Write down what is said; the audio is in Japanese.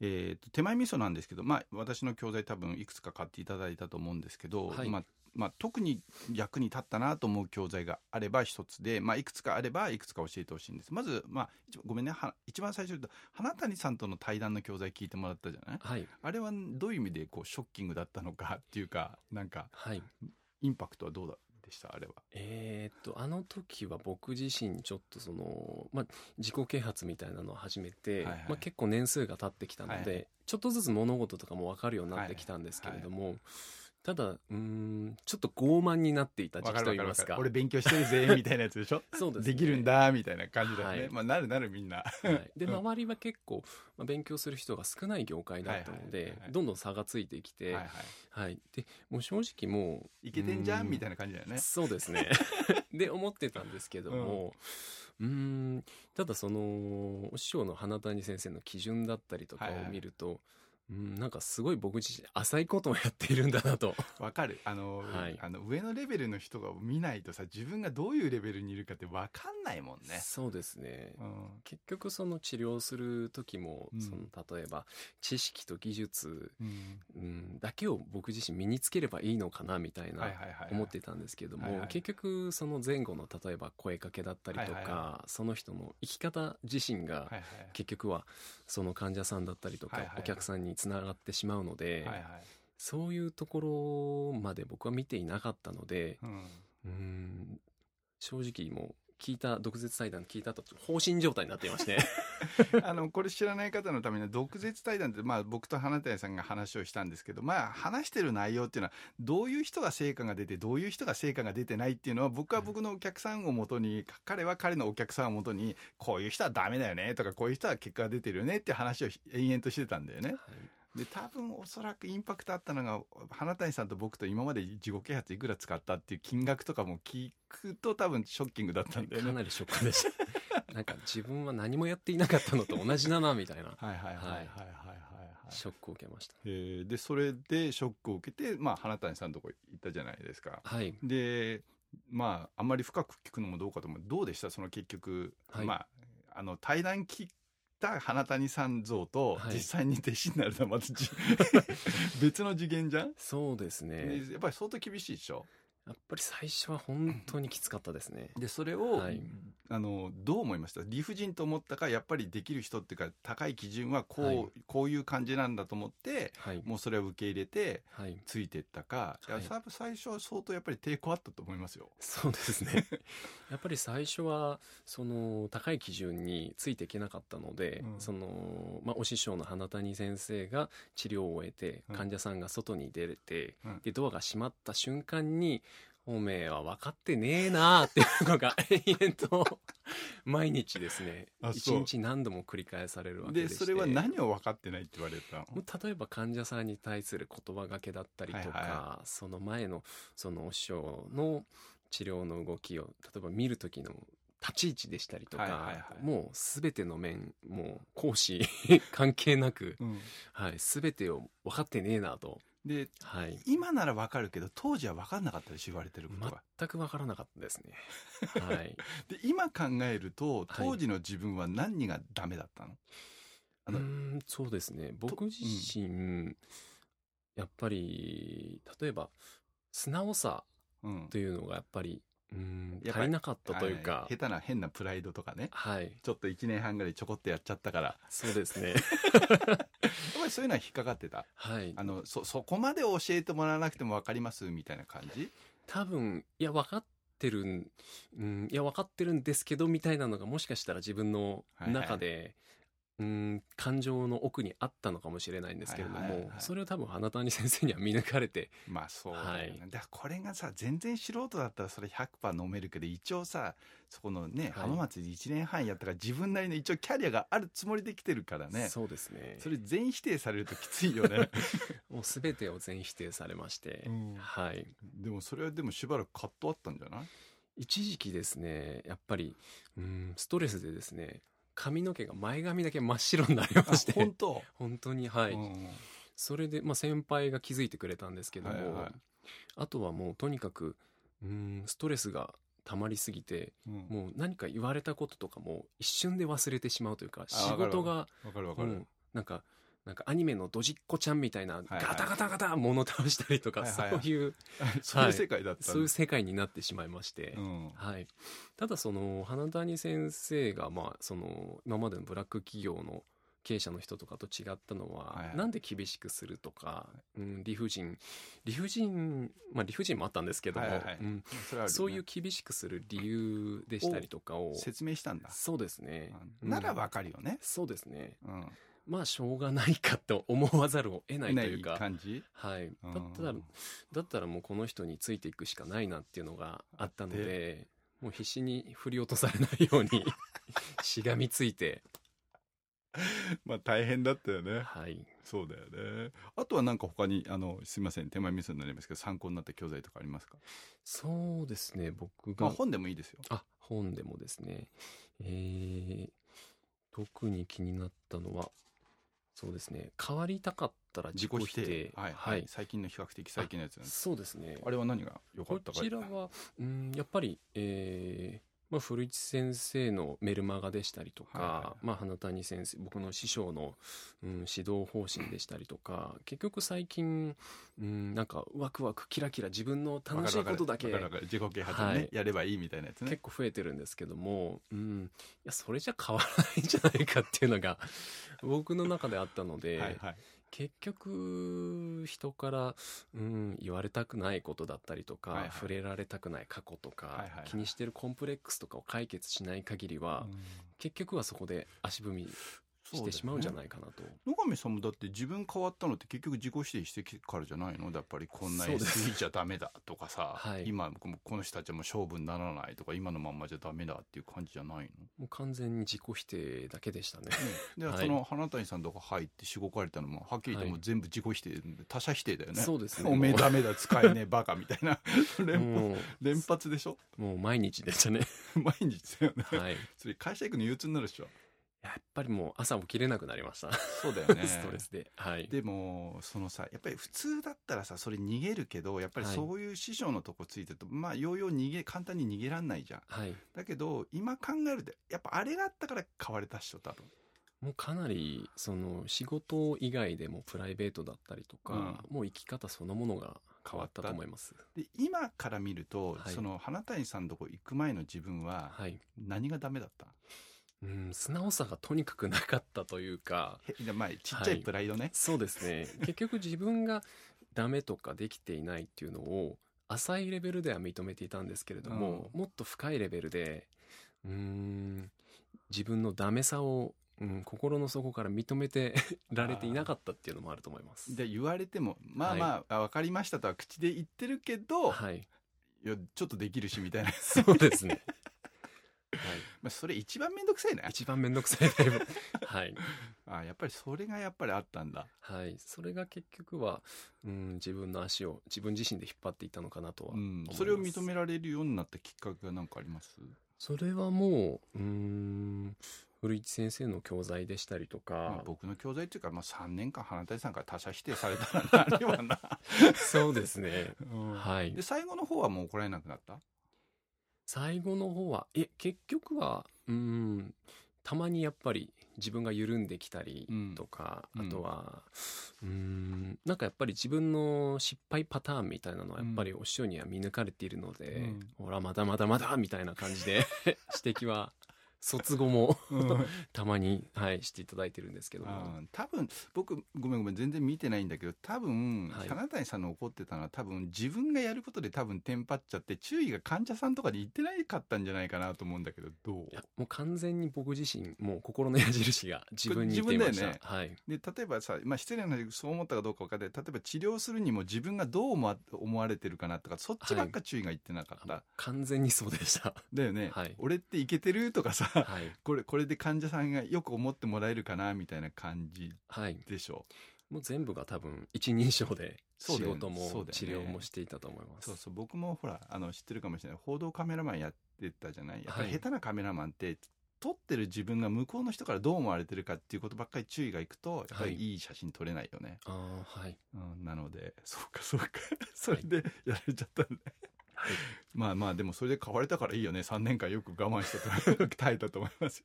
えーと、手前味噌なんですけど、まあ、私の教材多分いくつか買っていただいたと思うんですけど、はいまあまあ、特に役に立ったなと思う教材があれば一つで、まあ、いくつかあればいくつか教えてほしいんですまず、まあ、一番ごめんねは一番最初に言うと花谷さんとの対談の教材聞いてもらったじゃないはいあれはどういう意味でこうショッキングだったのかっていうかなんかはいインパクトはどうだでしたあれは。えーっとあの時は僕自身ちょっとその、まあ、自己啓発みたいなのを始めて、はいはいまあ、結構年数が経ってきたので、はちょっとずつ物事とかも分かるようになってきたんですけれども、ただうーんちょっと傲慢になっていた時わ期かとるいわかいるまわすかかる。俺勉強してるぜみたいなやつでしょそうですねできるんだみたいな感じだよね。はいまあなるなるみんな。はい、で周りは結構、まあ、勉強する人が少ない業界だったはので、いはいはいはいどんどん差がついてきて、ははいいはでもう正直もうい。いけてんじゃうんーみたいな感じだよね。そうですね で思ってたんですけども、うーん、ただそのお師匠の花谷先生の基準だったりとかはいはいを見ると、うんなんかすごい僕自身浅いことをやっているんだなとわかる。あの、はいあの上のレベルの人が見ないとさ、自分がどういうレベルにいるかってわかんないもんね。そうですねうん。結局その治療する時も、うんその例えば知識と技術、うんうん、だけを僕自身身につければいいのかなみたいな、はいはいはいはい。思ってたんですけども、はいはい結局その前後の例えば声かけだったりとか、はいはいはその人の生き方自身はがいはい結局はその患者さんだったりとか、はいはいお客さんにつながってしまうので、はいはい。そういうところまで僕は見ていなかったのでうん。うーん正直もう聞いた毒舌対談聞いた後放心状態になっていまして あのこれ知らない方のためには毒舌対談って、まあ、僕と花谷さんが話をしたんですけど、まあ、話してる内容っていうのはどういう人が成果が出てどういう人が成果が出てないっていうのは僕は僕のお客さんをもとに、彼は彼のお客さんをもとにこういう人はダメだよねとかこういう人は結果が出てるよねって話を延々としてたんだよね。で多分おそらくインパクトあったのが花谷さんと僕と今まで自己啓発いくら使ったっていう金額とかも聞くと多分ショッキングだったんだよかね。なりショックでした なんか自分は何もやっていなかったのと同じだなみたいなはいはいはいはいはいはい、はいショックを受けましたえーでそれでショックを受けて、まあ、花谷さんのとこ行ったじゃないですか。はいでまああんまり深く聞くのもどうかと思うどうでしたその結局、はいまああの対談聞いた花谷さん像と、はい実際に弟子になるのはまた じ別の次元じゃん、そうですね、でやっぱり相当厳しいでしょやっぱり最初は本当にきつかったですね。でそれを、はいあのどう思いました理不尽と思ったかやっぱりできる人っていうか高い基準はこう,、はいこういう感じなんだと思ってはい。もうそれを受け入れてはい。ついてったか、いやはいさ最初は相当やっぱり抵抗あったと思いますよ。そうですね。 やっぱり最初は、その、高い基準についていけなかったので、うんその、まあ、お師匠の花谷先生が治療を終えてう、ん患者さんが外に出れて、うんで、ドアが閉まった瞬間に、おめえは分かってねえなーっていうのが 延々と、毎日ですねあ、一そう日何度も繰り返されるわけででしてそれは何を分かってないって言われたのもう例えば患者さんに対する言葉がけだったりとか、はいその前のそのお師匠の治療の動きを例えば見る時の立ち位置でしたりとか、はいはいはいもう全ての面もう講師 関係なく、うんはい、全てを分かってねえなと、ではい、今なら分かるけど当時は分かんなかったでしょ言われてることが。全く分からなかったですね。はい、で今考えるとはい当時の自分は何がダメだったの、 あうのーんそうですね僕自身、やっぱり例えば素直さうんというのがやっぱりうんやっぱり足りなかったというはかい下手な変なプライドとかねはいちょっと1年半ぐらいちょこっとやっちゃったからやそうですねっぱりそういうのは引っかかってたはいあのそそこまで教えてもらわなくても分かりますみたいな感じ多分いや分かってるん、うん、いや分かってるんですけどみたいなのがもしかしたら自分の中で、うん感情の奥にあったのかもしれないんですけれども、はいはいはいそれを多分花谷先生には見抜かれてまあそうだよね、はだからこれがさ全然素人だったらそれ100%飲めるけど一応さそこのね、はい浜松で1年半やったから自分なりの一応キャリアがあるつもりで来てるからねそそうですねれ全否定されるときついよ ね、もう全てを全否定されまして、はいでもそれはでもしばらくカットあったんじゃない一時期ですねやっぱりうんストレスでですね髪の毛が前髪だけ真っ白になりまして本当、本当にはい、うんうんそれで、まあ、先輩が気づいてくれたんですけども、はいはいあとはもうとにかくうーんストレスが溜まりすぎてうんもう何か言われたこととかも一瞬で忘れてしまうというかあ仕事がわかるわかもる、うなんかなんかアニメのドジっ子ちゃんみたいなはいガタガタガタ物倒したりとか、はいはいはいそういう そういう世界だったそうんいでうす世界になってしまいまして、うんはい、ただその花谷先生がまあその今までのブラック企業の経営者の人とかと違ったのは、はいはいなんで厳しくするとか、うん、理不尽理不尽まあ理不尽もあったんですけども、はいはいはいうんそれはあるよねそういう厳しくする理由でしたりとかを説明したんだそうですね、うんならばわかるよねそうですねうんまあしょうがないかと思わざるを得ないとないいうか感じはい、うんだったらだったらもうこの人についていくしかないなっていうのがあったのでもう必死に振り落とされないよう にしがみついてまあ大変だったよねはいそうだよねあとはなんか他にあのすいません手前ミスになりますけど参考になった教材とかありますかそうですね僕まが、あ本でもいいですよあ本でもですねえー特に気になったのはそうですね変わりたかったら自己否定はい、ははいい、最近の比較的最近のやつなんですそうですねあれは何が良かったかこちらは、うん、やっぱり、えーまあ、古市先生のメルマガでしたりとか、はいはいはいまあ、花谷先生僕の師匠の、うん、指導方針でしたりとか結局最近、うん、なんかワクワクキラキラ自分の楽しいことだけわかるわかる自己啓発ね、はいやればいいみたいなやつね結構増えてるんですけども、うん、いやそれじゃ変わらないんじゃないかっていうのが僕の中であったので、はいはい結局人から、うん、言われたくないことだったりとか、はいはい触れられたくない過去とか、はいはいはい気にしてるコンプレックスとかを解決しない限りは、うん結局はそこで足踏みしてしまうんじゃないかなと。野上さんもだって自分変わったのって結局自己否定してきてからじゃないのやっぱりこんなそうにです過ぎちゃダメだとかさ、はい今この人たちはもう勝負にならないとか今のまんまじゃダメだっていう感じじゃないの、 ね、もう完全に自己否定だけでしたね。で、はいその花谷さんとか入ってしごかれたのもはっきり言ってもう全部自己否定、他者否定だよねそうですね。おめえダメだ使えねえバカみたいな それもも連発でしょ う、もう毎日でしたね。毎日だよね、はい。それ会社行くの憂鬱になるでしょやっぱりもう朝起きれなくなりました。そうだよねストレスで。はい。でもそのさやっぱり普通だったらさそれ逃げるけどやっぱりはいそういう師匠のとこついてると、まあようよう逃げ簡単に逃げらんないじゃんはい。だけど今考えるとやっぱあれがあったから変われたっしょ多分もうかなりその仕事以外でもプライベートだったりとか、もう生き方そのものが変わったと思います。で今から見ると、はいその花谷さんのとこ行く前の自分ははい。何がダメだった、うん、素直さがとにかくなかったというか、へでまあちっちゃいプライドね、そうですね。結局自分がダメとかできていないっていうのを浅いレベルでは認めていたんですけれども、もっと深いレベルで、うん、自分のダメさを、うん、心の底から認めてられていなかったっていうのもあると思います。で言われてもまあまあ、あ分かりましたとは口で言ってるけど、はい。いやちょっとできるしみたいな そうですね。はい。まあそれ一番めんどくせえね一番面倒くさいタイプはい、あやっぱりそれがやっぱりあったんだはい、それが結局は、うん、自分の足を自分自身で引っ張っていったのかなとは、うん思い、それをます認められるようになったきっかけが何かありますそれはもううん古市先生の教材でしたりとまあか、僕の教材っていうか、まあ、3年間花谷さんから他者否定されたらなあれはな、 そうですねうんはいで最後の方はもう怒られなくなった最後の方はえ結局はうんたまにやっぱり自分が緩んできたりとか、うんあとはうんなんかやっぱり自分の失敗パターンみたいなのはやっぱりお師匠には見抜かれているので、うんほらまだまだまだみたいな感 じで指摘は卒後もたまに、はい、していただいてるんですけどもうん多分僕ごめんごめん全然見てないんだけど多分、はい花谷さんの怒ってたのは多分自分がやることで多分テンパっちゃって注意が患者さんとかに行ってないかったんじゃないかなと思うんだけどどういやもう完全に僕自身もう心の矢印が自分に似ていこましれ自分だた、よねはいで例えばさ、まあ、失礼な話そう思ったかどうか分かんない例えば治療するにも自分がどう思わ思われてるかなとかそっちばっか注意がいってなかった、あ完全にそう でした、だよね、はい俺っていけてるとかさ、 はいこれこれで患者さんがよく思ってもらえるかなみたいな感じはい、でしょもう全部が多分一人称でそう仕だよね事そうだよもね治療もしていたと思いうます。そうそう僕もほらあの知ってるかもしれない報道カメラマンやってたじゃないやっぱはりい下手なカメラマンって、撮ってる自分が向こうの人からどう思われてるかっていうことばっかり注意がいくとやっぱりはいいい写真撮れないよね、ああ、はい。うん、なのでそうかそうか それでやられちゃったんだ、まあまあでもそれで変われたからいいよね3年間よく我慢したと耐えたと思います